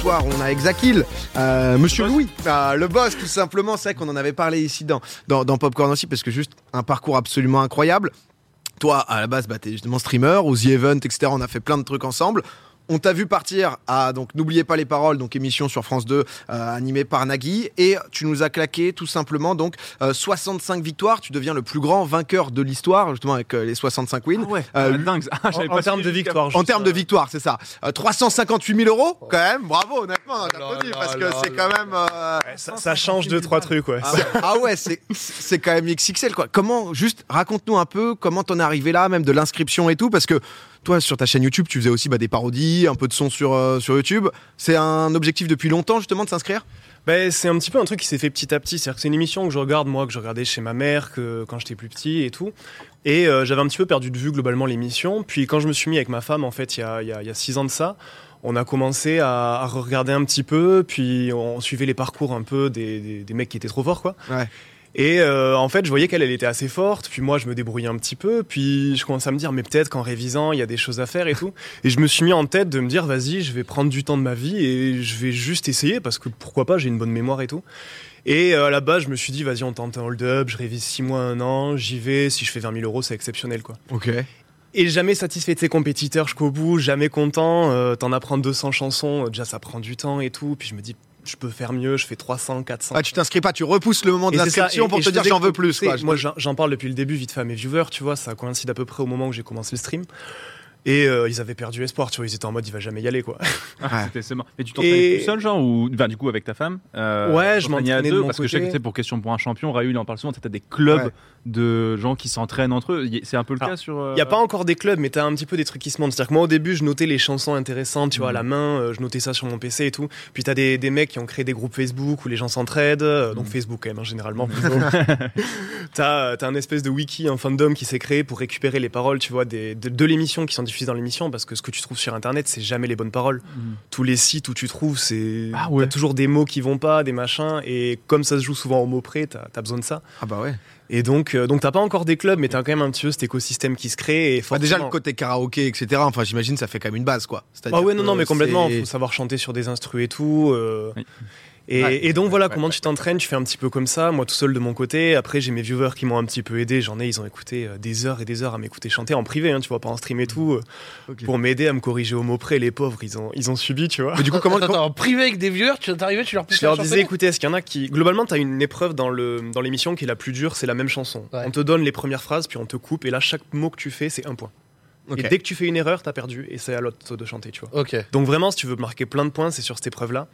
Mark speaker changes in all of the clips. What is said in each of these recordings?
Speaker 1: soir, on a Exakil, euh, Monsieur Louis, bah, le boss tout simplement. C'est vrai qu'on en avait parlé ici dans, dans, dans Popcorn aussi, parce que juste un parcours absolument incroyable. Toi, à la base, bah, t'es justement streamer, aux The Event, etc. On a fait plein de trucs ensemble. On t'a vu partir à donc n'oubliez pas les paroles donc émission sur France 2 euh, animée par Nagui et tu nous as claqué tout simplement donc euh, 65 victoires tu deviens le plus grand vainqueur de l'histoire justement avec euh, les 65 wins
Speaker 2: ouais,
Speaker 1: Euh,
Speaker 2: dingue. ça. Ah, j'avais
Speaker 3: en
Speaker 2: pas
Speaker 3: termes
Speaker 2: suivi
Speaker 3: de
Speaker 2: jusqu'à-
Speaker 3: victoire,
Speaker 1: en termes de victoire c'est ça Euh, 358 000 euros quand même bravo honnêtement on
Speaker 3: Oh. là
Speaker 1: t'applaudit
Speaker 3: là
Speaker 1: parce que
Speaker 3: là
Speaker 1: c'est
Speaker 3: là
Speaker 1: quand même euh,
Speaker 3: Ouais, ça, ça change deux trois trucs ouais.
Speaker 1: ah ouais, ah ouais, c'est c'est quand même XXL quoi. Comment juste raconte-nous un peu comment t'en es arrivé là, même de l'inscription et tout, parce que toi sur ta chaîne YouTube tu faisais aussi bah, des parodies, un peu de son sur euh, sur YouTube. C'est un objectif depuis longtemps justement de s'inscrire.
Speaker 3: Ben, c'est un petit peu un truc qui s'est fait petit à petit. C'est-à-dire que c'est une émission que je regarde, moi, que je regardais chez ma mère que, quand j'étais plus petit et tout. Et euh, j'avais un petit peu perdu de vue globalement l'émission. Puis quand je me suis mis avec ma femme, en fait, il y a, il y a- il y a six ans de ça, on a commencé à, à regarder un petit peu. Puis on suivait les parcours un peu des, des- des mecs qui étaient trop forts, quoi.
Speaker 1: Ouais.
Speaker 3: Et euh, en fait, je voyais qu'elle, elle était assez forte. Puis moi, je me débrouillais un petit peu. Puis je commençais à me dire, mais peut-être qu'en révisant, il y a des choses à faire et tout. Et je me suis mis en tête de me dire, vas-y, je vais prendre du temps de ma vie et je vais juste essayer parce que pourquoi pas, j'ai une bonne mémoire et tout. Et euh, à la base, je me suis dit, vas-y, on tente un hold-up, je révise 6 mois, 1 an, j'y vais, si je fais 20 000 euros, c'est exceptionnel quoi.
Speaker 1: Ok.
Speaker 3: Et jamais satisfait de ses compétiteurs jusqu'au bout, jamais content, euh, t'en apprends 200 chansons, euh, déjà ça prend du temps et tout. Puis je me dis, je peux faire mieux, je fais 300, 400.
Speaker 1: Ah tu t'inscris pas, tu repousses le moment de
Speaker 3: Et c'est ça,
Speaker 1: l'inscription
Speaker 3: et-
Speaker 1: pour
Speaker 3: et
Speaker 1: te
Speaker 3: je
Speaker 1: dire
Speaker 3: faisais-
Speaker 1: j'en veux plus.
Speaker 3: tu sais,
Speaker 1: Quoi.
Speaker 3: Moi, j'en- j'en parle depuis le début, vite fait à mes viewers, tu vois, ça coïncide à peu près au moment où j'ai commencé le stream. Et euh, ils avaient perdu espoir, tu vois, ils étaient en mode, il va jamais y aller, quoi.
Speaker 1: Ouais.
Speaker 2: Ah, c'était seulement- Mais tu t'entraînais
Speaker 3: Et-
Speaker 2: tout seul, genre ou enfin, du coup avec ta femme euh,
Speaker 3: Ouais, je
Speaker 2: t'entraînais
Speaker 3: m'entraînais
Speaker 2: à
Speaker 3: de
Speaker 2: deux
Speaker 3: mon
Speaker 2: parce que je sais que
Speaker 3: côté.
Speaker 2: tu sais, pour question pour un champion, Raoul en parle souvent. T'as des clubs
Speaker 1: Ouais.
Speaker 2: de gens qui s'entraînent entre eux. Y- C'est un peu le
Speaker 3: Ah,
Speaker 2: cas sur.
Speaker 3: Il n'y a pas encore des clubs, mais tu as un petit peu des trucs qui se montent. C'est-à-dire que moi, au début, je notais les chansons intéressantes, tu vois, à
Speaker 2: Mm.
Speaker 3: la main, euh, je notais ça sur mon PC et tout. Puis tu as des, des mecs qui ont créé des groupes Facebook où les gens s'entraident, euh, donc
Speaker 2: Mm.
Speaker 3: Facebook quand même, hein, généralement. tu as, un espèce de wiki, un fandom qui s'est créé pour récupérer les paroles, tu vois, des, de, de l'émission qui sont diffusées dans l'émission, parce que ce que tu trouves sur Internet, c'est jamais les bonnes paroles.
Speaker 2: Mm.
Speaker 3: Tous les sites où tu trouves, c'est.
Speaker 2: Ah ouais.
Speaker 3: t'as toujours des mots qui vont pas, des machins, et comme ça se joue souvent au mot près, tu as besoin de ça.
Speaker 1: Ah bah ouais.
Speaker 3: Et donc, euh, donc t'as pas encore des clubs, mais t'as quand même un petit peu cet écosystème qui se crée. Et
Speaker 1: Bah, déjà le
Speaker 3: forcément-
Speaker 1: côté karaoké etc. Enfin j'imagine ça fait quand même une base quoi. C'est-à-dire
Speaker 3: Ah ouais, non,
Speaker 1: que
Speaker 3: non, mais complètement.
Speaker 1: c'est-
Speaker 3: Faut savoir chanter sur des instrus et tout. euh,
Speaker 2: Oui.
Speaker 3: Et,
Speaker 1: Ouais.
Speaker 3: et donc voilà
Speaker 1: Ouais,
Speaker 3: comment tu t'entraînes, tu fais un petit peu comme ça, moi tout seul de mon côté, après j'ai mes viewers qui m'ont un petit peu aidé, j'en ai, ils ont écouté euh, des heures et des heures à m'écouter chanter en privé, hein, tu vois, pas en stream et tout, euh,
Speaker 1: Mmh. Ok.
Speaker 3: pour m'aider à me corriger au mot près, les pauvres, ils ont, ils ont subi, tu vois.
Speaker 1: Mais du coup comment
Speaker 4: Attends, attends, en privé avec des viewers, tu t'arrivais, tu leur poussais
Speaker 3: Je leur
Speaker 4: à
Speaker 3: disais,
Speaker 4: chanter
Speaker 3: écoutez, est-ce qu'il y en a qui. Globalement, t'as une épreuve dans le dans l'émission qui est la plus dure, c'est la même chanson.
Speaker 4: Ouais.
Speaker 3: On te donne les premières phrases, puis on te coupe, et là, chaque mot que tu fais, c'est un point.
Speaker 1: Ok.
Speaker 3: Et dès que tu fais une erreur, t'as perdu, et c'est à l'autre de chanter, tu vois.
Speaker 4: Ok.
Speaker 3: Donc vraiment, si tu veux marquer plein de points, c'est sur cette épreuve-là.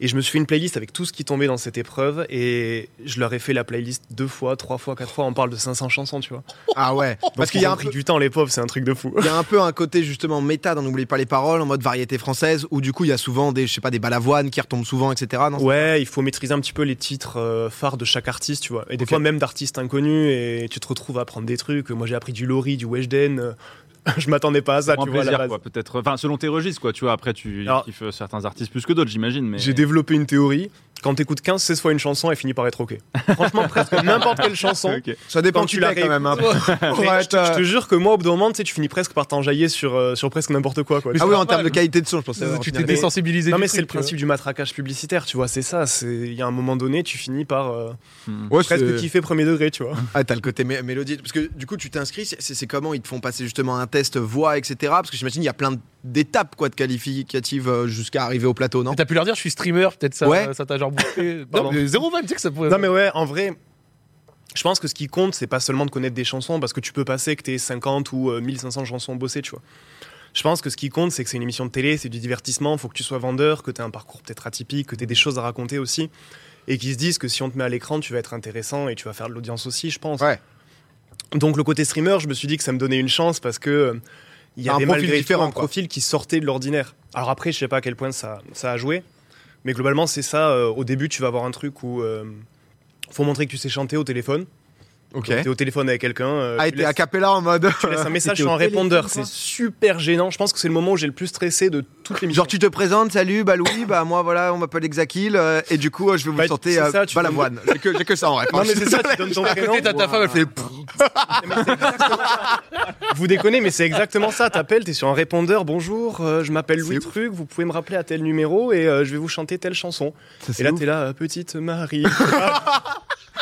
Speaker 3: Et je me suis fait une playlist avec tout ce qui tombait dans cette épreuve, et je leur ai fait la playlist deux fois, trois fois, quatre fois. On parle de 500 chansons, tu vois.
Speaker 1: ah ouais parce qu'il y
Speaker 3: ils
Speaker 1: a
Speaker 3: ont
Speaker 1: un
Speaker 3: pris
Speaker 1: peu-
Speaker 3: du temps, les pauvres, c'est un truc de fou.
Speaker 1: Il y a un peu un côté justement méta dans N'oublie pas les paroles en mode variété française où du coup il y a souvent des je sais pas des balavoines qui retombent souvent etc. Non,
Speaker 3: Ouais, il faut maîtriser un petit peu les titres euh, phares de chaque artiste, tu vois. Et des
Speaker 1: Ok.
Speaker 3: fois même d'artistes inconnus, et tu te retrouves à apprendre des trucs. Moi, j'ai appris du Lori, du Weshden. euh, je m'attendais pas à ça,
Speaker 2: Pour
Speaker 3: Bah, tu
Speaker 2: un
Speaker 3: vois, à la
Speaker 2: plaisir,
Speaker 3: base.
Speaker 2: quoi, peut-être. Enfin, selon tes registres, quoi. Tu vois, après, tu
Speaker 3: Alors-
Speaker 2: kiffes euh, certains artistes plus que d'autres, j'imagine. Mais
Speaker 3: J'ai développé une théorie. Quand t'écoutes 15-16 fois une chanson, elle finit par être OK. Franchement, presque n'importe quelle chanson.
Speaker 2: Ok.
Speaker 1: Ça dépend
Speaker 3: Quand
Speaker 1: qui
Speaker 3: tu la
Speaker 1: t'es quand même. hein. Pour
Speaker 3: Mais je,
Speaker 1: être,
Speaker 3: te, je
Speaker 1: euh,
Speaker 3: te jure que moi, au bout d'un moment, tu sais, tu finis presque par t'enjailler sur, euh, sur presque n'importe quoi. quoi.
Speaker 1: Ah oui, en termes
Speaker 4: normal.
Speaker 1: de qualité de son, je euh, pensais.
Speaker 4: Tu t'es
Speaker 3: final, mais-
Speaker 4: désensibilisé.
Speaker 3: non,
Speaker 4: du
Speaker 3: mais
Speaker 4: truc,
Speaker 3: c'est le
Speaker 4: tu vois.
Speaker 3: principe du matraquage publicitaire, tu vois, c'est ça. c'est- Il y a un moment donné, tu finis par euh,
Speaker 1: Ouais, c'est-
Speaker 3: presque kiffer premier degré, tu vois.
Speaker 1: Ah, t'as le côté mé- mélodie. Parce que du coup, tu t'inscris, c'est- c'est comment ils te font passer justement un test voix, etc. Parce que j'imagine il y a plein d'étapes quoi de qualificatives euh, jusqu'à arriver au plateau, non
Speaker 4: T'as pu leur dire, je suis streamer, peut-être ça
Speaker 1: Ouais.
Speaker 4: ça t'a genre bouffé.
Speaker 3: Pardon.
Speaker 4: Non, mais zéro vibe, tu sais que ça pourrait.
Speaker 3: Non, mais ouais, en vrai. Je pense que ce qui compte, c'est pas seulement de connaître des chansons, parce que tu peux passer que t'es 50 ou euh, 1500 chansons bossées, tu vois. Je pense que ce qui compte, c'est que c'est une émission de télé, c'est du divertissement, faut que tu sois vendeur, que t'aies un parcours peut-être atypique, que t'aies des choses à raconter aussi, et qu'ils se disent que si on te met à l'écran, tu vas être intéressant et tu vas faire de l'audience aussi, je pense.
Speaker 1: Ouais.
Speaker 3: Donc le côté streamer, je me suis dit que ça me donnait une chance parce que euh, il y
Speaker 1: Un
Speaker 3: avait
Speaker 1: profil
Speaker 3: malgré tout
Speaker 1: différent,
Speaker 3: un
Speaker 1: quoi.
Speaker 3: profil qui sortait de l'ordinaire. Alors après, je sais pas à quel point ça, ça a joué, mais globalement c'est ça. euh, au début, tu vas avoir un truc où euh, faut montrer que tu sais chanter au téléphone.
Speaker 1: Ok.
Speaker 3: T'es au téléphone avec quelqu'un. euh,
Speaker 1: Ah,
Speaker 3: tu
Speaker 1: été
Speaker 3: laisses-
Speaker 1: a cappella en mode.
Speaker 3: tu laisses un message
Speaker 2: T'étais
Speaker 3: sur
Speaker 2: au
Speaker 3: un répondeur,
Speaker 2: téléphone, quoi.
Speaker 3: c'est super gênant. Je pense que c'est le moment où j'ai le plus stressé de toute l'émission.
Speaker 1: Genre tu te présentes, salut, bah Louis, bah moi voilà, on m'appelle Exakil euh, et du coup euh, je vais vous
Speaker 3: Bah,
Speaker 1: chanter
Speaker 3: c'est
Speaker 1: euh,
Speaker 3: ça, tu
Speaker 1: Balavoine. J'ai que, j'ai que ça en
Speaker 3: Non
Speaker 1: réponse.
Speaker 3: mais c'est ça, Ah, tu donnes ton
Speaker 4: À
Speaker 3: prénom.
Speaker 4: côté, t'as ta femme, elle fait.
Speaker 3: Vous déconnez, mais c'est exactement ça. T'appelles, t'es sur un répondeur. Bonjour, euh, je m'appelle Louis
Speaker 1: C'est ouf.
Speaker 3: Truc. Vous pouvez me rappeler à tel numéro et euh, je vais vous chanter telle chanson.
Speaker 1: Ça, c'est
Speaker 3: Et là,
Speaker 1: ouf.
Speaker 3: t'es là, euh, petite Marie.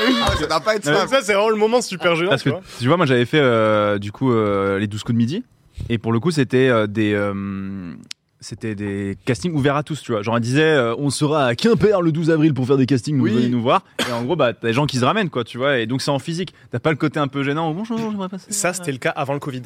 Speaker 1: Ah, ça doit pas être ça.
Speaker 3: Donc ça, c'est vraiment le moment super gênant.
Speaker 2: Parce
Speaker 3: tu
Speaker 2: que
Speaker 3: vois.
Speaker 2: tu vois, moi j'avais fait euh, du coup euh, les 12 coups de midi, et pour le coup c'était euh, des. euh, c'était des castings ouverts à tous, tu vois. Genre, elle disait, euh, on sera à Quimper le 12 avril pour faire des castings, vous
Speaker 1: Oui.
Speaker 2: venez nous voir. Et en gros, bah, t'as des gens qui se ramènent, quoi, tu vois. Et donc, c'est en physique. T'as pas le côté un peu gênant, bonjour, j'aimerais passer.
Speaker 3: Ça, c'était le cas avant le Covid.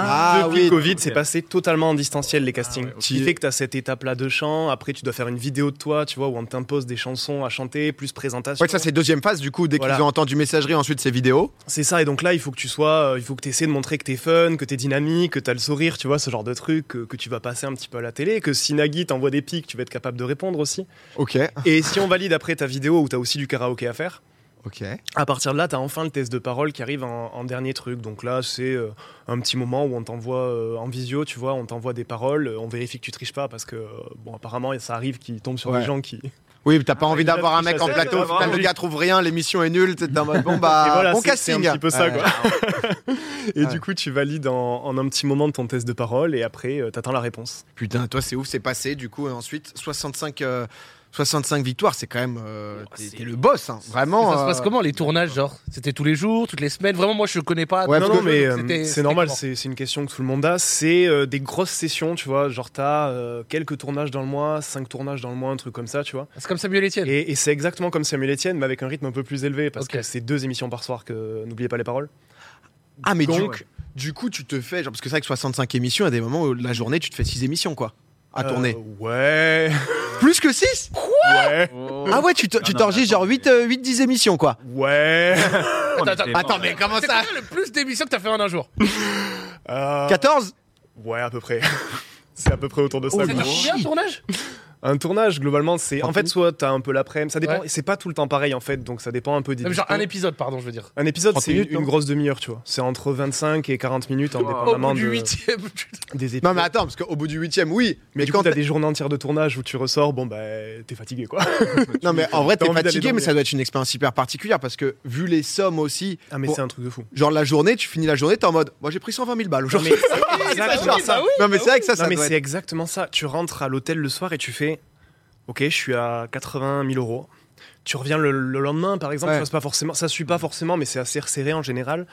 Speaker 1: Ah,
Speaker 3: Depuis
Speaker 1: oui.
Speaker 3: le Covid, c'est
Speaker 2: Ok.
Speaker 3: passé totalement en distanciel les castings.
Speaker 2: Ah ouais, ok.
Speaker 3: Ce qui fait que t'as cette étape-là de chant. Après, tu dois faire une vidéo de toi, tu vois, où on t'impose des chansons à chanter, plus présentation.
Speaker 1: Ouais, ça c'est deuxième phase du coup, dès
Speaker 3: Voilà.
Speaker 1: qu'ils ont entendu messagerie, ensuite c'est vidéo.
Speaker 3: C'est ça, et donc là, il faut que tu sois, euh, il faut que tu essaies de montrer que t'es fun, que t'es dynamique, que t'as le sourire, tu vois, ce genre de truc, que, que tu vas passer un petit peu à la télé, que si Nagui t'envoie des pics, tu vas être capable de répondre aussi.
Speaker 1: Ok,
Speaker 3: Et si on valide après ta vidéo où t'as aussi du karaoké à faire,
Speaker 1: ok.
Speaker 3: à partir de là, t'as enfin le test de parole qui arrive en, en dernier truc. Donc là, c'est euh, un petit moment où on t'envoie euh, en visio, tu vois, on t'envoie des paroles, euh, on vérifie que tu triches pas parce que, euh, bon, apparemment, ça arrive qu'il tombe sur
Speaker 1: Ouais.
Speaker 3: des gens qui.
Speaker 1: Oui, mais t'as pas
Speaker 3: Ah,
Speaker 1: envie
Speaker 3: il va
Speaker 1: d'avoir un
Speaker 3: toucher
Speaker 1: mec
Speaker 3: à
Speaker 1: en
Speaker 3: ça,
Speaker 1: plateau, au
Speaker 3: d'avoir
Speaker 1: final, le
Speaker 3: envie.
Speaker 1: gars trouve rien, l'émission est nulle, t'es en mode bon bah
Speaker 3: Et voilà,
Speaker 1: bon
Speaker 3: c'est-
Speaker 1: casting.
Speaker 3: c'est un petit peu ça,
Speaker 1: Ouais.
Speaker 3: quoi. Et
Speaker 1: Ouais.
Speaker 3: du coup, tu valides en, en un petit moment de ton test de parole et après, euh, t'attends la réponse.
Speaker 1: Putain, toi c'est ouf, c'est passé du coup et ensuite 65 euh, 65 victoires, c'est quand même euh,
Speaker 3: Oh,
Speaker 4: Ouais,
Speaker 1: t'es
Speaker 4: c'est-
Speaker 1: t'es le boss hein, vraiment.
Speaker 4: Ça se passe
Speaker 1: euh,
Speaker 4: comment les tournages genre C'était tous les jours, toutes les semaines Vraiment, moi je connais pas.
Speaker 1: Ouais,
Speaker 3: non,
Speaker 1: parce
Speaker 3: non,
Speaker 1: que-
Speaker 3: mais
Speaker 4: donc
Speaker 3: euh,
Speaker 4: c'était-
Speaker 3: c'est
Speaker 4: c'était
Speaker 3: normal,
Speaker 4: comment
Speaker 3: c'est c'est une question que tout le monde a. C'est euh, des grosses sessions, tu vois. Genre, t'as euh, quelques tournages dans le mois, cinq tournages dans le mois, un truc comme ça, tu vois.
Speaker 4: C'est comme Samuel Etienne.
Speaker 3: Et, et c'est exactement comme Samuel Etienne, mais avec un rythme un peu plus élevé, parce
Speaker 4: Ok.
Speaker 3: que c'est deux émissions par soir que n'oubliez pas les paroles.
Speaker 1: Ah mais
Speaker 3: Donc,
Speaker 1: donc du coup tu te fais genre parce que c'est vrai que 65 émissions, à des moments où la journée tu te fais 6 émissions quoi à
Speaker 3: Euh,
Speaker 1: tourner.
Speaker 3: Ouais.
Speaker 1: Plus que 6
Speaker 3: Ouais.
Speaker 1: Ah ouais, tu te-
Speaker 2: Non,
Speaker 1: tu
Speaker 2: non,
Speaker 1: t'enregistres genre
Speaker 2: attends,
Speaker 1: 8 euh, 8 10 émissions quoi.
Speaker 3: Ouais.
Speaker 1: Attends mais comment
Speaker 4: C'est
Speaker 1: ça
Speaker 4: combien le plus d'émissions que t'as fait en un jour
Speaker 3: Euh,
Speaker 1: 14
Speaker 3: Ouais, à peu près. c'est à peu près autour de ça.
Speaker 1: Oh,
Speaker 4: C'est
Speaker 3: quoi.
Speaker 1: mais-
Speaker 4: combien un tournage
Speaker 3: Un tournage, globalement, c'est. En fait, soit t'as un peu l'après-midi, ça dépend.
Speaker 4: Ouais.
Speaker 3: C'est pas tout le temps pareil, en fait, donc ça dépend un peu des.
Speaker 4: Non, mais Genre
Speaker 3: dispos.
Speaker 4: un épisode, pardon, je veux dire.
Speaker 3: Un épisode,
Speaker 2: 30
Speaker 3: c'est une,
Speaker 2: minutes, non
Speaker 3: une grosse demi-heure, tu vois. C'est entre 25 et 40 minutes, en
Speaker 4: Au bout
Speaker 3: dépendamment
Speaker 4: du
Speaker 3: de-
Speaker 4: huitième. putain.
Speaker 3: des épisodes.
Speaker 1: Non mais attends parce qu'au bout du 8 oui,
Speaker 3: mais
Speaker 1: mais
Speaker 3: du
Speaker 1: quand
Speaker 3: coup, t'as des journées entières de tournage où tu ressors, bon, bah, t'es fatigué, quoi.
Speaker 1: non mais en vrai
Speaker 3: t'as
Speaker 1: t'es
Speaker 3: envie d'aller
Speaker 1: fatigué mais
Speaker 3: dormir.
Speaker 1: ça doit être une expérience hyper particulière parce que vu les sommes aussi
Speaker 3: Ah, mais
Speaker 1: Bon.
Speaker 3: c'est un truc de fou.
Speaker 1: genre la journée tu finis la journée t'es en mode moi j'ai pris 120 000 balles
Speaker 3: Non,
Speaker 1: aujourd'hui
Speaker 3: mais c'est exactement
Speaker 1: oui,
Speaker 3: ça.
Speaker 1: non mais c'est vrai que ça
Speaker 3: Non,
Speaker 1: ça
Speaker 3: mais
Speaker 1: doit
Speaker 3: c'est exactement ça. Tu rentres à l'hôtel le soir et tu fais Ok, je suis à 80 000 euros. Tu reviens le, le lendemain, par exemple,
Speaker 1: Ouais.
Speaker 3: tu vois, c'est pas forcément, ça suit pas forcément, mais c'est assez resserré en général.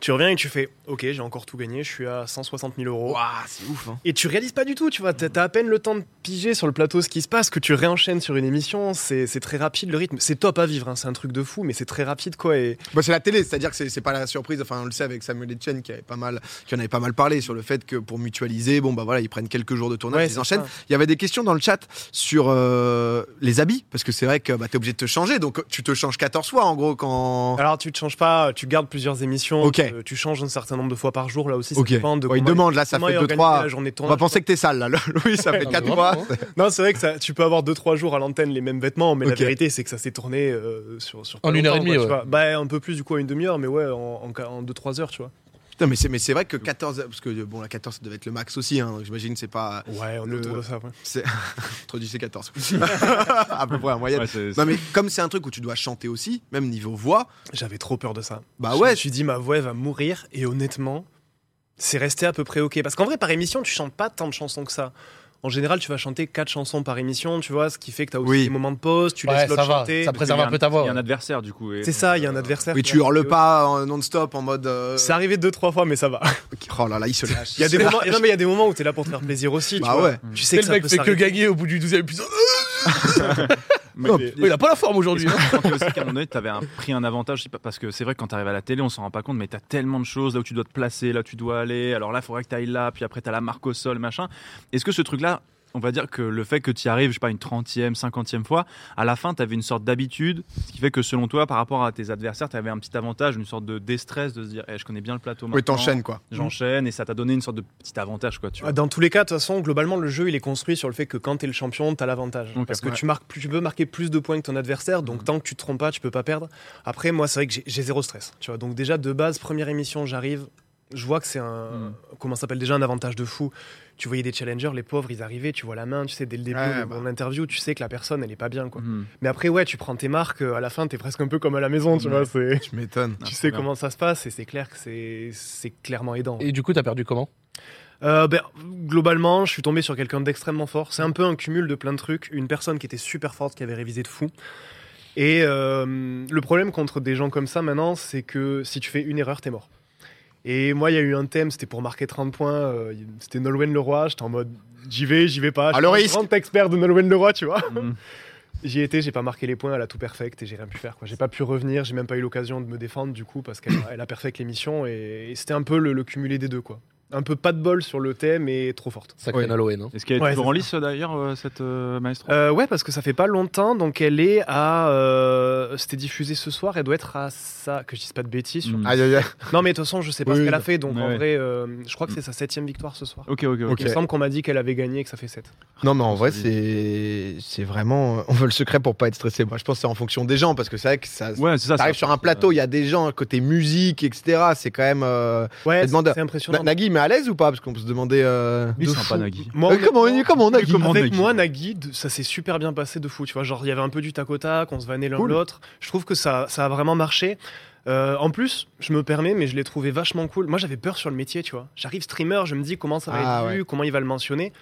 Speaker 3: Tu reviens et tu fais Ok, j'ai encore tout gagné, je suis à 160 000 euros.
Speaker 1: Ouah, c'est ouf hein.
Speaker 3: Et tu réalises pas du tout, tu vois. T'as t'as à peine le temps de piger sur le plateau ce qui se passe, que tu réenchaînes sur une émission. C'est c'est très rapide le rythme. C'est top à vivre, hein, c'est un truc de fou, mais c'est très rapide quoi. Et
Speaker 1: Bah, c'est la télé, c'est-à-dire que c'est- c'est pas la surprise. Enfin, on le sait avec Samuel Etienne qui avait pas mal, qui en avait pas mal parlé sur le fait que pour mutualiser, bon bah voilà, ils prennent quelques jours de tournage,
Speaker 3: Ouais,
Speaker 1: ils
Speaker 3: c'est
Speaker 1: enchaînent.
Speaker 3: ça.
Speaker 1: Il y avait des questions dans le chat sur euh, les habits parce que c'est vrai que bah, t'es obligé de te changer, donc tu te changes 14 fois en gros quand.
Speaker 3: Alors tu te changes pas, tu gardes plusieurs émissions. Euh,
Speaker 1: Ok.
Speaker 3: Tu, tu changes un certain nombre de fois par jour là aussi. Ça
Speaker 1: ok.
Speaker 3: dépend de
Speaker 1: Ouais, ils
Speaker 3: comment-
Speaker 1: demandent là, ça
Speaker 3: comment
Speaker 1: fait
Speaker 3: est
Speaker 1: 2
Speaker 3: organisée
Speaker 1: 3
Speaker 3: la journée de
Speaker 1: On
Speaker 3: tournage,
Speaker 1: va penser que t'es sale là, Louis, ça fait
Speaker 4: Non,
Speaker 1: 4
Speaker 4: mais
Speaker 1: mois.
Speaker 4: vraiment, hein.
Speaker 3: Non, c'est vrai que ça, tu peux avoir 2-3 jours à l'antenne les mêmes vêtements, mais
Speaker 1: Ok.
Speaker 3: la vérité, c'est que ça s'est tourné euh, sur, sur
Speaker 4: En
Speaker 3: pas
Speaker 4: une heure et
Speaker 3: longtemps,
Speaker 4: demie,
Speaker 3: quoi,
Speaker 4: ouais.
Speaker 3: tu vois. Bah, un peu plus, du coup, à une demi-heure, mais ouais, en 2-3 heures, tu vois.
Speaker 1: Putain, mais c'est mais c'est vrai que 14 parce que bon la 14 ça devait être le max aussi, hein, donc j'imagine c'est pas
Speaker 3: Ouais, on est
Speaker 1: Le-
Speaker 3: autour de ça, ouais.
Speaker 1: entre 10 et 14 à peu près en moyenne.
Speaker 2: Ouais, c'est-
Speaker 1: Non mais comme c'est un truc où tu dois chanter aussi, même niveau voix,
Speaker 3: J'avais trop peur de ça.
Speaker 1: bah
Speaker 3: Je me
Speaker 1: ouais,
Speaker 3: suis dit, ma voix, elle va mourir, et honnêtement, c'est resté à peu près OK. Parce qu'en vrai, par émission, tu chantes pas tant de chansons que ça. En général, tu vas chanter 4 chansons par émission, tu vois, ce qui fait que t'as aussi
Speaker 1: Oui.
Speaker 3: des moments de pause, tu
Speaker 4: Ouais,
Speaker 3: laisses
Speaker 4: ça
Speaker 3: l'autre
Speaker 4: va.
Speaker 3: chanter.
Speaker 4: Ça préserve
Speaker 2: il y a
Speaker 4: un peu ta
Speaker 2: Il y
Speaker 4: voix.
Speaker 2: a un adversaire du coup. et
Speaker 3: C'est
Speaker 2: donc,
Speaker 3: ça, il y a un
Speaker 2: euh,
Speaker 3: adversaire.
Speaker 1: oui
Speaker 3: qui
Speaker 1: tu
Speaker 3: va-
Speaker 1: hurles pas en non-stop en mode. euh,
Speaker 3: C'est arrivé 2-3 fois, mais ça va.
Speaker 1: Oh là là, il se lâche.
Speaker 3: Il y a des moments, non, mais il y a des moments où t'es là pour te faire plaisir aussi,
Speaker 1: Bah
Speaker 3: tu vois.
Speaker 1: ouais.
Speaker 3: Tu sais
Speaker 4: C'est
Speaker 3: que
Speaker 4: le
Speaker 3: ça
Speaker 4: mec
Speaker 3: peut
Speaker 4: fait que
Speaker 3: s'arriver.
Speaker 4: gagner au bout du 12 e épisode.
Speaker 2: mais-
Speaker 1: Hop.
Speaker 2: mais-
Speaker 4: Il a pas la forme aujourd'hui.
Speaker 2: Est-ce
Speaker 4: hein.
Speaker 2: que tu sentais aussi qu'à un moment donné, tu avais pris un avantage je sais pas, Parce que c'est vrai que quand tu arrives à la télé, on s'en rend pas compte, mais tu as tellement de choses là où tu dois te placer, là où tu dois aller. Alors là, il faudrait que tu ailles là, puis après, tu as la marque au sol, machin. Est-ce que ce truc-là, on va dire que le fait que tu y arrives, je sais pas, une 30e, 50e fois, à la fin, tu avais une sorte d'habitude, ce qui fait que selon toi, par rapport à tes adversaires, tu avais un petit avantage, une sorte de déstress de se dire, Eh, je connais bien le plateau maintenant.
Speaker 1: Oui, t'enchaînes Ah, quoi.
Speaker 2: J'enchaîne et ça t'a donné une sorte de petit avantage, quoi, tu vois.
Speaker 3: Ah, Dans tous les cas, de toute façon, globalement, le jeu, il est construit sur le fait que quand t'es le champion, t'as l'avantage.
Speaker 2: Ok,
Speaker 3: Parce que
Speaker 1: ouais.
Speaker 3: tu, marques, plus- tu peux marquer plus de points que ton adversaire, donc
Speaker 2: Mhm.
Speaker 3: tant que tu te trompes pas, tu peux pas perdre. Après, moi, c'est vrai que j'ai- j'ai zéro stress. Tu vois, donc déjà, de base, première émission, j'arrive, je vois que c'est un.
Speaker 2: Mhm.
Speaker 3: Comment ça s'appelle déjà un avantage de fou. Tu voyais des challengers, les pauvres, ils arrivaient, tu vois la main, tu sais, dès le début,
Speaker 1: Ouais,
Speaker 3: de
Speaker 1: bah.
Speaker 3: mon interview, tu sais que la personne, elle est pas bien, quoi.
Speaker 2: Mhm.
Speaker 3: Mais après, ouais, tu prends tes marques, euh, à la fin, t'es presque un peu comme à la maison, tu
Speaker 2: Ouais.
Speaker 3: vois. c'est-
Speaker 1: Tu m'étonnes.
Speaker 2: Ah,
Speaker 3: Tu
Speaker 2: trop
Speaker 3: sais
Speaker 2: bien.
Speaker 3: comment ça se passe et c'est clair que c'est c'est clairement aidant.
Speaker 4: Et du coup, t'as perdu comment
Speaker 3: Euh, ben, globalement, je suis tombé sur quelqu'un d'extrêmement fort. C'est un peu un cumul de plein de trucs. Une personne qui était super forte, qui avait révisé de fou. Et euh, le problème contre des gens comme ça maintenant, c'est que si tu fais une erreur, t'es mort. Et moi, il y a eu un thème, c'était pour marquer 30 points. euh, c'était Nolwenn Leroy. J'étais en mode j'y vais, j'y vais pas.
Speaker 1: Ah, le
Speaker 3: Je suis
Speaker 1: risque.
Speaker 3: un grand expert de Nolwenn Leroy, tu vois.
Speaker 2: Mhm.
Speaker 3: J'y étais, j'ai pas marqué les points, elle a tout perfect et j'ai rien pu faire. quoi. J'ai pas pu revenir, j'ai même pas eu l'occasion de me défendre du coup parce qu'elle a- elle a perfect l'émission et, et c'était un peu le, le cumulé des deux quoi. Un peu pas de bol sur le thème et trop forte.
Speaker 4: Sacré
Speaker 1: Oui.
Speaker 4: Nolwenn. hein.
Speaker 2: Est-ce qu'elle est
Speaker 3: Ouais,
Speaker 2: toujours
Speaker 3: c'est
Speaker 2: en lice d'ailleurs, euh, cette euh, maestro
Speaker 3: Euh, ouais, parce que ça fait pas longtemps, donc elle est à. euh, C'était diffusé ce soir, elle doit être à ça, que je dise pas de bêtises. sur-
Speaker 2: Mhm.
Speaker 1: Aïe aïe aïe.
Speaker 3: Non, mais de toute façon, je sais pas
Speaker 1: Mm. Oui,
Speaker 3: ce qu'elle a
Speaker 1: oui.
Speaker 3: fait, donc
Speaker 2: Ouais,
Speaker 3: en
Speaker 2: ouais.
Speaker 3: vrai, euh, je crois que c'est sa septième victoire ce soir.
Speaker 2: Ok, ok, ok.
Speaker 1: Mm. Ok.
Speaker 3: Il me semble qu'on m'a dit qu'elle avait gagné et que ça fait 7.
Speaker 1: Non, mais en
Speaker 2: Je
Speaker 1: vrai,
Speaker 2: sais.
Speaker 1: c'est c'est vraiment. On veut le secret pour pas être stressé. Moi, je pense que c'est en fonction des gens parce que c'est vrai que ça.
Speaker 2: Ouais, c'est ça.
Speaker 1: T'arrives
Speaker 2: ça-
Speaker 1: sur un plateau, il y a des gens côté musique, etc. C'est quand même. euh,
Speaker 3: Ouais,
Speaker 1: Elle demande-
Speaker 3: c'est impressionnant.
Speaker 1: Na- Nagui, mais à l'aise ou pas Parce qu'on peut se demander. euh,
Speaker 2: Il est
Speaker 3: de
Speaker 2: sympa,
Speaker 3: fou.
Speaker 2: Nagui.
Speaker 3: Moi,
Speaker 1: euh, comment,
Speaker 3: honnêtement,
Speaker 1: comment Nagui
Speaker 2: Comment
Speaker 3: Avec
Speaker 2: Nagui
Speaker 3: moi, Nagui, de- ça s'est super bien passé de fou. Tu vois, genre, il y avait un peu du tac au tac, on se vannait l'un
Speaker 1: Cool.
Speaker 3: l'autre. Je trouve que ça, ça a vraiment marché. Euh, en plus, je me permets, mais je l'ai trouvé vachement cool. Moi, j'avais peur sur le métier, tu vois. J'arrive streamer, je me dis comment ça va
Speaker 1: Ah,
Speaker 3: être vu, comment il va le mentionner.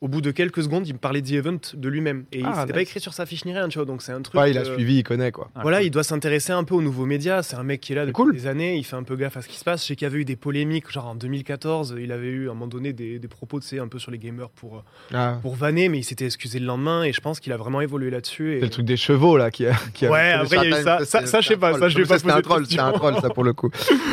Speaker 3: Au bout de quelques secondes, il me parlait de The Event de lui-même. Et
Speaker 2: Ah,
Speaker 3: il c'était pas
Speaker 2: nice.
Speaker 3: écrit sur sa fiche ni rien, tu vois. Donc, c'est un truc.
Speaker 1: Ouais, il a
Speaker 3: euh,
Speaker 1: suivi, il connaît quoi.
Speaker 2: Ah,
Speaker 3: voilà,
Speaker 2: cool.
Speaker 3: il doit s'intéresser un peu aux nouveaux médias. C'est un mec qui est là depuis
Speaker 1: Cool.
Speaker 3: des années. Il fait un peu gaffe à ce qui se passe. Je sais qu'il y avait eu des polémiques, genre en 2014, il avait eu à un moment donné des, des propos, tu sais, un peu sur les gamers pour, euh,
Speaker 1: Ah,
Speaker 3: pour vanner, mais il s'était excusé le lendemain. Et je pense qu'il a vraiment évolué là-dessus. Et...
Speaker 1: C'est le truc des chevaux là qui. qui a-
Speaker 3: Ouais,
Speaker 1: qui a-
Speaker 3: après, il y a eu ça. Ça-
Speaker 1: c'est-
Speaker 3: ça, je
Speaker 1: c'est
Speaker 3: sais pas,
Speaker 1: un troll.
Speaker 3: ça, je vais pas
Speaker 1: C'était un
Speaker 3: poser de
Speaker 1: troll, c'était un
Speaker 3: questions.
Speaker 1: troll ça pour le coup.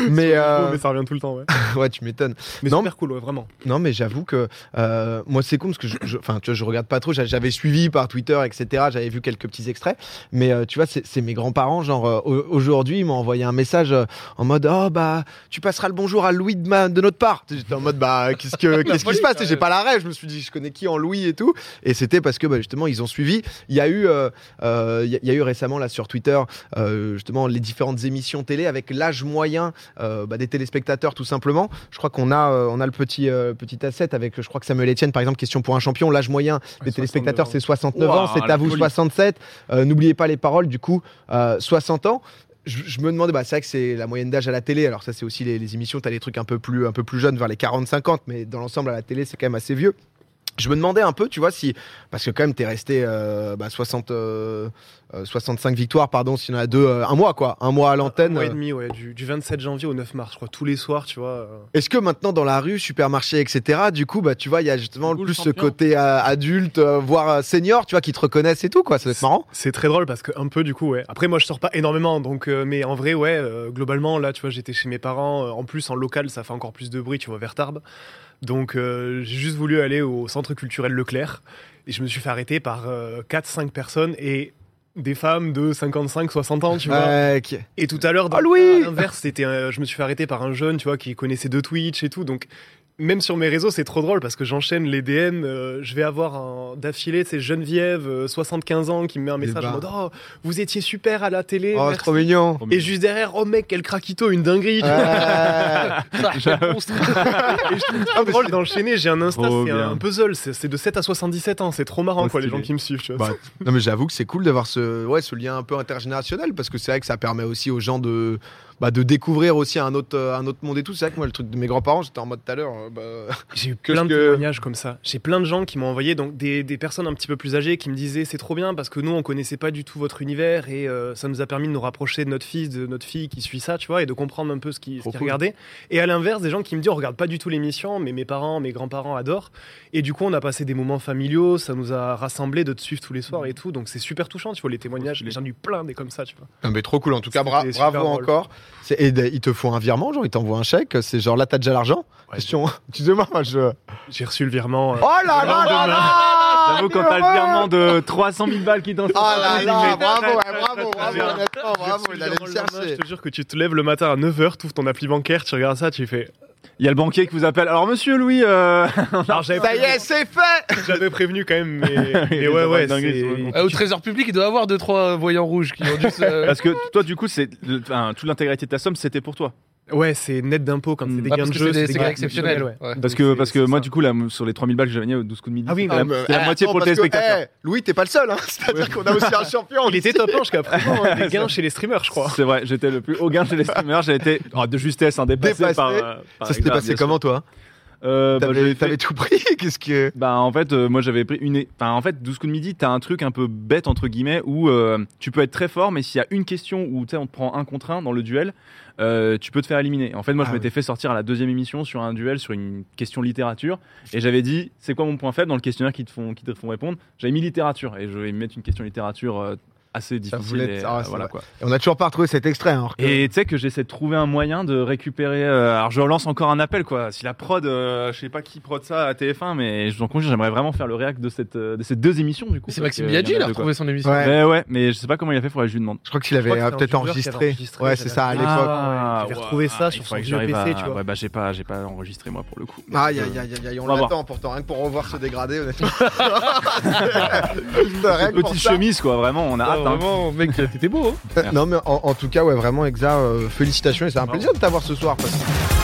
Speaker 1: Mais. euh,
Speaker 3: mais ça revient tout le temps, ouais.
Speaker 1: Ouais, tu m'étonnes.
Speaker 3: Mais
Speaker 1: Non.
Speaker 3: super cool, ouais, vraiment.
Speaker 1: Non, mais j'avoue que euh, moi, c'est con parce que je, je- enfin, tu vois, je regarde pas trop. J'a- J'avais suivi par Twitter, etc. J'avais vu quelques petits extraits. Mais euh, tu vois, c'est c'est mes grands-parents. Genre, euh, au- aujourd'hui, ils m'ont envoyé un message euh, en mode Oh, bah, tu passeras le bonjour à Louis de, ma- de notre part. J'étais en mode Bah, qu'est-ce que- qu'est-ce qui
Speaker 4: folie,
Speaker 1: se passe
Speaker 4: quand
Speaker 1: J'ai
Speaker 4: même.
Speaker 1: pas la rêve. Je me suis dit Je connais qui en Louis et tout. Et c'était parce que bah, justement, ils ont suivi. Il y a eu, euh, euh, il y a- il y a eu récemment, là, sur Twitter, euh, justement, les différentes émissions télé avec l'âge moyen euh, bah, des téléspectateurs tout simplement. Je crois qu'on a, euh, on a le petit, euh, petit asset avec, euh, je crois que Samuel Etienne, par exemple, question pour un champion, l'âge moyen des
Speaker 3: Ouais,
Speaker 1: téléspectateurs
Speaker 3: 69 ans.
Speaker 1: c'est 69
Speaker 2: Ouah,
Speaker 1: ans, c'est à
Speaker 2: la
Speaker 1: vous
Speaker 2: folie.
Speaker 1: 67, Euh, n'oubliez pas les paroles, du coup euh, 60 ans. Je, je me demandais, bah, c'est vrai que c'est la moyenne d'âge à la télé, alors ça c'est aussi les, les émissions, tu as les trucs un peu plus, un peu plus jeunes vers les 40-50, mais dans l'ensemble à la télé c'est quand même assez vieux. Je me demandais un peu, tu vois, si. Parce que quand même, t'es resté euh, bah, 60, euh, euh, 65 victoires, pardon, s'il y en a deux, euh, un mois, quoi. Un mois à
Speaker 3: Un
Speaker 1: l'antenne.
Speaker 3: mois et
Speaker 1: euh,
Speaker 3: demi, ouais, du, du 27 janvier au 9 mars, je crois, tous les soirs, tu vois. euh.
Speaker 1: Est-ce que maintenant dans la rue, supermarché, etc., du coup, bah, tu vois, il y a justement
Speaker 2: Du coup,
Speaker 1: plus
Speaker 2: le
Speaker 1: ce
Speaker 2: champion.
Speaker 1: côté euh, adulte, euh, voire euh, senior, tu vois, qui te reconnaissent et tout, quoi. Ça doit être marrant.
Speaker 3: C'est très drôle parce que un peu du coup ouais. Après moi je sors pas énormément donc euh, mais en vrai ouais euh, globalement là tu vois j'étais chez mes parents euh, en plus en local ça fait encore plus de bruit tu vois vers Tarbes. Donc euh, j'ai juste voulu aller au centre culturel Leclerc et je me suis fait arrêter par 4 5 personnes et des femmes de 55 60 ans tu vois.
Speaker 1: Ouais, ok.
Speaker 3: Et tout à l'heure, dans
Speaker 1: Ah, Louis
Speaker 3: à l'inverse, c'était, euh, je me suis fait arrêter par un jeune, tu vois, qui connaissait deux Twitch et tout. Donc, même sur mes réseaux, c'est trop drôle parce que j'enchaîne les DM. euh, je vais avoir un- d'affilée, c'est Geneviève, euh, 75 ans, qui me met un
Speaker 1: Des
Speaker 3: message en
Speaker 1: barres.
Speaker 3: mode Oh, vous étiez super à la télé.
Speaker 1: Eh bah. Oh, c'est
Speaker 3: merci.
Speaker 1: trop Ah. mignon.
Speaker 2: Trop
Speaker 3: Et
Speaker 2: mignon.
Speaker 3: juste derrière, oh mec, quel craquito, une dinguerie. tu vois.
Speaker 1: Ouais.
Speaker 4: Ça, quel monstre.
Speaker 3: Et je trouve
Speaker 1: Ah,
Speaker 3: ça drôle d'enchaîner. J'ai un Insta,
Speaker 2: Trop
Speaker 3: c'est un,
Speaker 2: bien.
Speaker 3: puzzle. C'est c'est de 7 à 77 ans. C'est trop marrant,
Speaker 2: Trop
Speaker 3: quoi, les
Speaker 2: stylé.
Speaker 3: gens qui me suivent. tu vois.
Speaker 1: Bah, non mais j'avoue que c'est cool d'avoir ce, ouais, ce lien un peu intergénérationnel parce que c'est vrai que ça permet aussi aux gens de, bah, de découvrir aussi un autre, euh, un autre monde et tout. C'est vrai que moi le truc de mes grands-parents, j'étais en mode tout à l'heure, euh, bah,
Speaker 3: J'ai eu
Speaker 1: Que
Speaker 3: plein
Speaker 1: ce
Speaker 3: de
Speaker 1: que-
Speaker 3: témoignages comme ça. J'ai plein de gens qui m'ont envoyé, donc des, des personnes un petit peu plus âgées qui me disaient c'est trop bien parce que nous on connaissait pas du tout votre univers et euh, ça nous a permis de nous rapprocher de notre fils, de notre fille qui suit ça, tu vois, et de comprendre un peu ce qui ce
Speaker 1: Trop
Speaker 3: qui
Speaker 1: cool.
Speaker 3: regardait. Et à l'inverse, des gens qui me disent on regarde pas du tout l'émission, mais mes parents, mes grands-parents adorent. Et du coup, on a passé des moments familiaux, ça nous a rassemblés de te suivre tous les soirs et tout, donc c'est super touchant, tu vois, les témoignages.
Speaker 2: stylé.
Speaker 3: J'en ai eu plein des comme ça, tu vois.
Speaker 1: Non mais trop cool en tout cas,
Speaker 3: C'était
Speaker 1: bra-
Speaker 3: super
Speaker 1: bravo
Speaker 3: drôle.
Speaker 1: encore. C'est- Et d- ils te font un virement, genre ils t'envoient un chèque, c'est genre là t'as déjà l'argent.
Speaker 3: Ouais,
Speaker 1: Question. Excusez-moi, moi, je.
Speaker 3: J'ai reçu le virement. euh,
Speaker 1: Oh là là là là
Speaker 2: J'avoue, quand t'as le virement de 300 000 balles qui t'en
Speaker 1: Oh là là,
Speaker 3: Mais-
Speaker 1: bravo, ouais, bravo, bravo,
Speaker 3: J'ai
Speaker 1: honnêtement,
Speaker 3: j'ai
Speaker 1: bravo,
Speaker 3: reçu le
Speaker 1: il allait
Speaker 3: virement
Speaker 1: me
Speaker 3: le lendemain,
Speaker 1: chercher.
Speaker 3: Oh Je te jure que tu te lèves le matin à 9h, t'ouvres ton appli bancaire, tu regardes ça, tu fais.
Speaker 2: Il y a le banquier qui vous appelle. Alors, monsieur Louis, euh,
Speaker 3: Alors j'avais
Speaker 1: Ça y est, c'est fait
Speaker 3: J'avais prévenu quand même, mais, mais
Speaker 2: Les
Speaker 3: ouais,
Speaker 2: oreilles
Speaker 3: ouais.
Speaker 2: dingues,
Speaker 3: c'est-
Speaker 2: ils sont
Speaker 4: Euh, au trésor public, il doit avoir deux trois voyants rouges qui ont dû se.
Speaker 2: parce que toi, du coup, c'est le- enfin, toute l'intégrité de ta somme, c'était pour toi.
Speaker 3: Ouais, c'est net d'impôt quand
Speaker 2: Mm.
Speaker 3: c'est des
Speaker 4: Ah,
Speaker 3: gains
Speaker 4: parce
Speaker 3: de
Speaker 4: que
Speaker 3: jeu.
Speaker 4: c'est des-
Speaker 3: des
Speaker 4: c'est
Speaker 3: gains
Speaker 4: exceptionnel.
Speaker 3: ouais.
Speaker 4: ouais.
Speaker 2: Parce
Speaker 3: Donc,
Speaker 2: que,
Speaker 3: c'est-
Speaker 2: parce que
Speaker 3: c'est
Speaker 2: moi,
Speaker 3: ça.
Speaker 2: du coup, là, sur les 3000 balles que j'ai gagnées au 12 coups de midi,
Speaker 3: Ah oui,
Speaker 2: c'est la,
Speaker 1: mais-
Speaker 2: c'est la moitié
Speaker 1: Attends,
Speaker 2: pour le
Speaker 1: parce que,
Speaker 2: téléspectateur.
Speaker 1: eh, Louis, t'es pas le seul, hein C'est-à-dire qu'on a aussi un champion
Speaker 3: Il était top 1 jusqu'à présent, hein, des gains chez les streamers, je crois.
Speaker 2: C'est vrai, j'étais le plus haut gain chez les streamers. J'ai été oh, de justesse, hein, dépassé,
Speaker 1: Dépassé.
Speaker 2: par. euh, par
Speaker 1: Ça s'était
Speaker 2: Xav,
Speaker 1: passé
Speaker 2: bien sûr.
Speaker 1: comment, toi
Speaker 2: Euh, bah,
Speaker 1: T'avais
Speaker 2: j'ai fait-
Speaker 1: t'avais tout pris Qu'est-ce que.
Speaker 2: Bah en fait, euh, moi j'avais pris une. é- Enfin, en fait, 12 coups de midi, t'as un truc un peu bête entre guillemets où euh, tu peux être très fort, mais s'il y a une question où tu sais, on te prend un contre un dans le duel, euh, tu peux te faire éliminer. En fait, moi
Speaker 1: Ah
Speaker 2: je m'étais fait sortir à la deuxième émission sur un duel sur une question littérature et j'avais dit c'est quoi mon point faible dans le questionnaire qui te font, qui te font répondre. J'avais mis littérature et je vais mettre une question littérature euh, assez difficile.
Speaker 1: voulait être-
Speaker 2: et,
Speaker 1: ah ouais,
Speaker 2: euh,
Speaker 1: c'est
Speaker 2: voilà
Speaker 1: vrai.
Speaker 2: quoi.
Speaker 1: Et On a toujours pas retrouvé cet extrait, hein, alors que-
Speaker 2: Et tu sais que j'essaie de trouver un moyen de récupérer. euh, alors je relance encore un appel quoi. Si la prod, euh, je sais pas qui prod ça à TF1, mais je vous en conjure, j'aimerais vraiment faire le réact de, cette, euh, de ces deux émissions du coup.
Speaker 4: Mais C'est
Speaker 2: parce
Speaker 4: Maxime
Speaker 2: que y en
Speaker 4: Biaggi, il a
Speaker 2: deux, quoi.
Speaker 4: retrouvé son émission.
Speaker 1: Ouais.
Speaker 2: Mais ouais, mais je sais pas comment il a fait, faudrait que je lui demande.
Speaker 1: Je crois qu'il avait
Speaker 3: crois que
Speaker 1: euh,
Speaker 3: c'est un
Speaker 1: peut-être
Speaker 3: youtubeur qui avait
Speaker 1: enregistré.
Speaker 3: enregistré,
Speaker 1: Ouais,
Speaker 3: ça
Speaker 1: c'est ça, à
Speaker 3: l'avait-
Speaker 1: l'époque.
Speaker 3: Ah, ouais, je vais retrouver ça sur
Speaker 2: il
Speaker 3: son
Speaker 2: faudrait que
Speaker 3: vieux
Speaker 2: j'arrive
Speaker 3: PC,
Speaker 2: à-
Speaker 3: tu vois.
Speaker 2: Ouais, bah j'ai pas, j'ai pas enregistré moi pour le coup.
Speaker 1: Ah. Aïe, aïe, aïe, aïe, aïe, on
Speaker 2: va voir.
Speaker 1: l'attend pourtant, rien que pour revoir se dégrader, honnêtement. Putain, rien que pour
Speaker 2: Petite
Speaker 1: ça.
Speaker 2: chemise quoi, vraiment, on a hâte.
Speaker 4: Ah,
Speaker 2: hein.
Speaker 4: vraiment, mec, t'étais beau. hein.
Speaker 1: Euh, Non, mais en, en tout cas, ouais, vraiment, Exa, euh, félicitations et c'est un plaisir de t'avoir ce soir. Parce... que-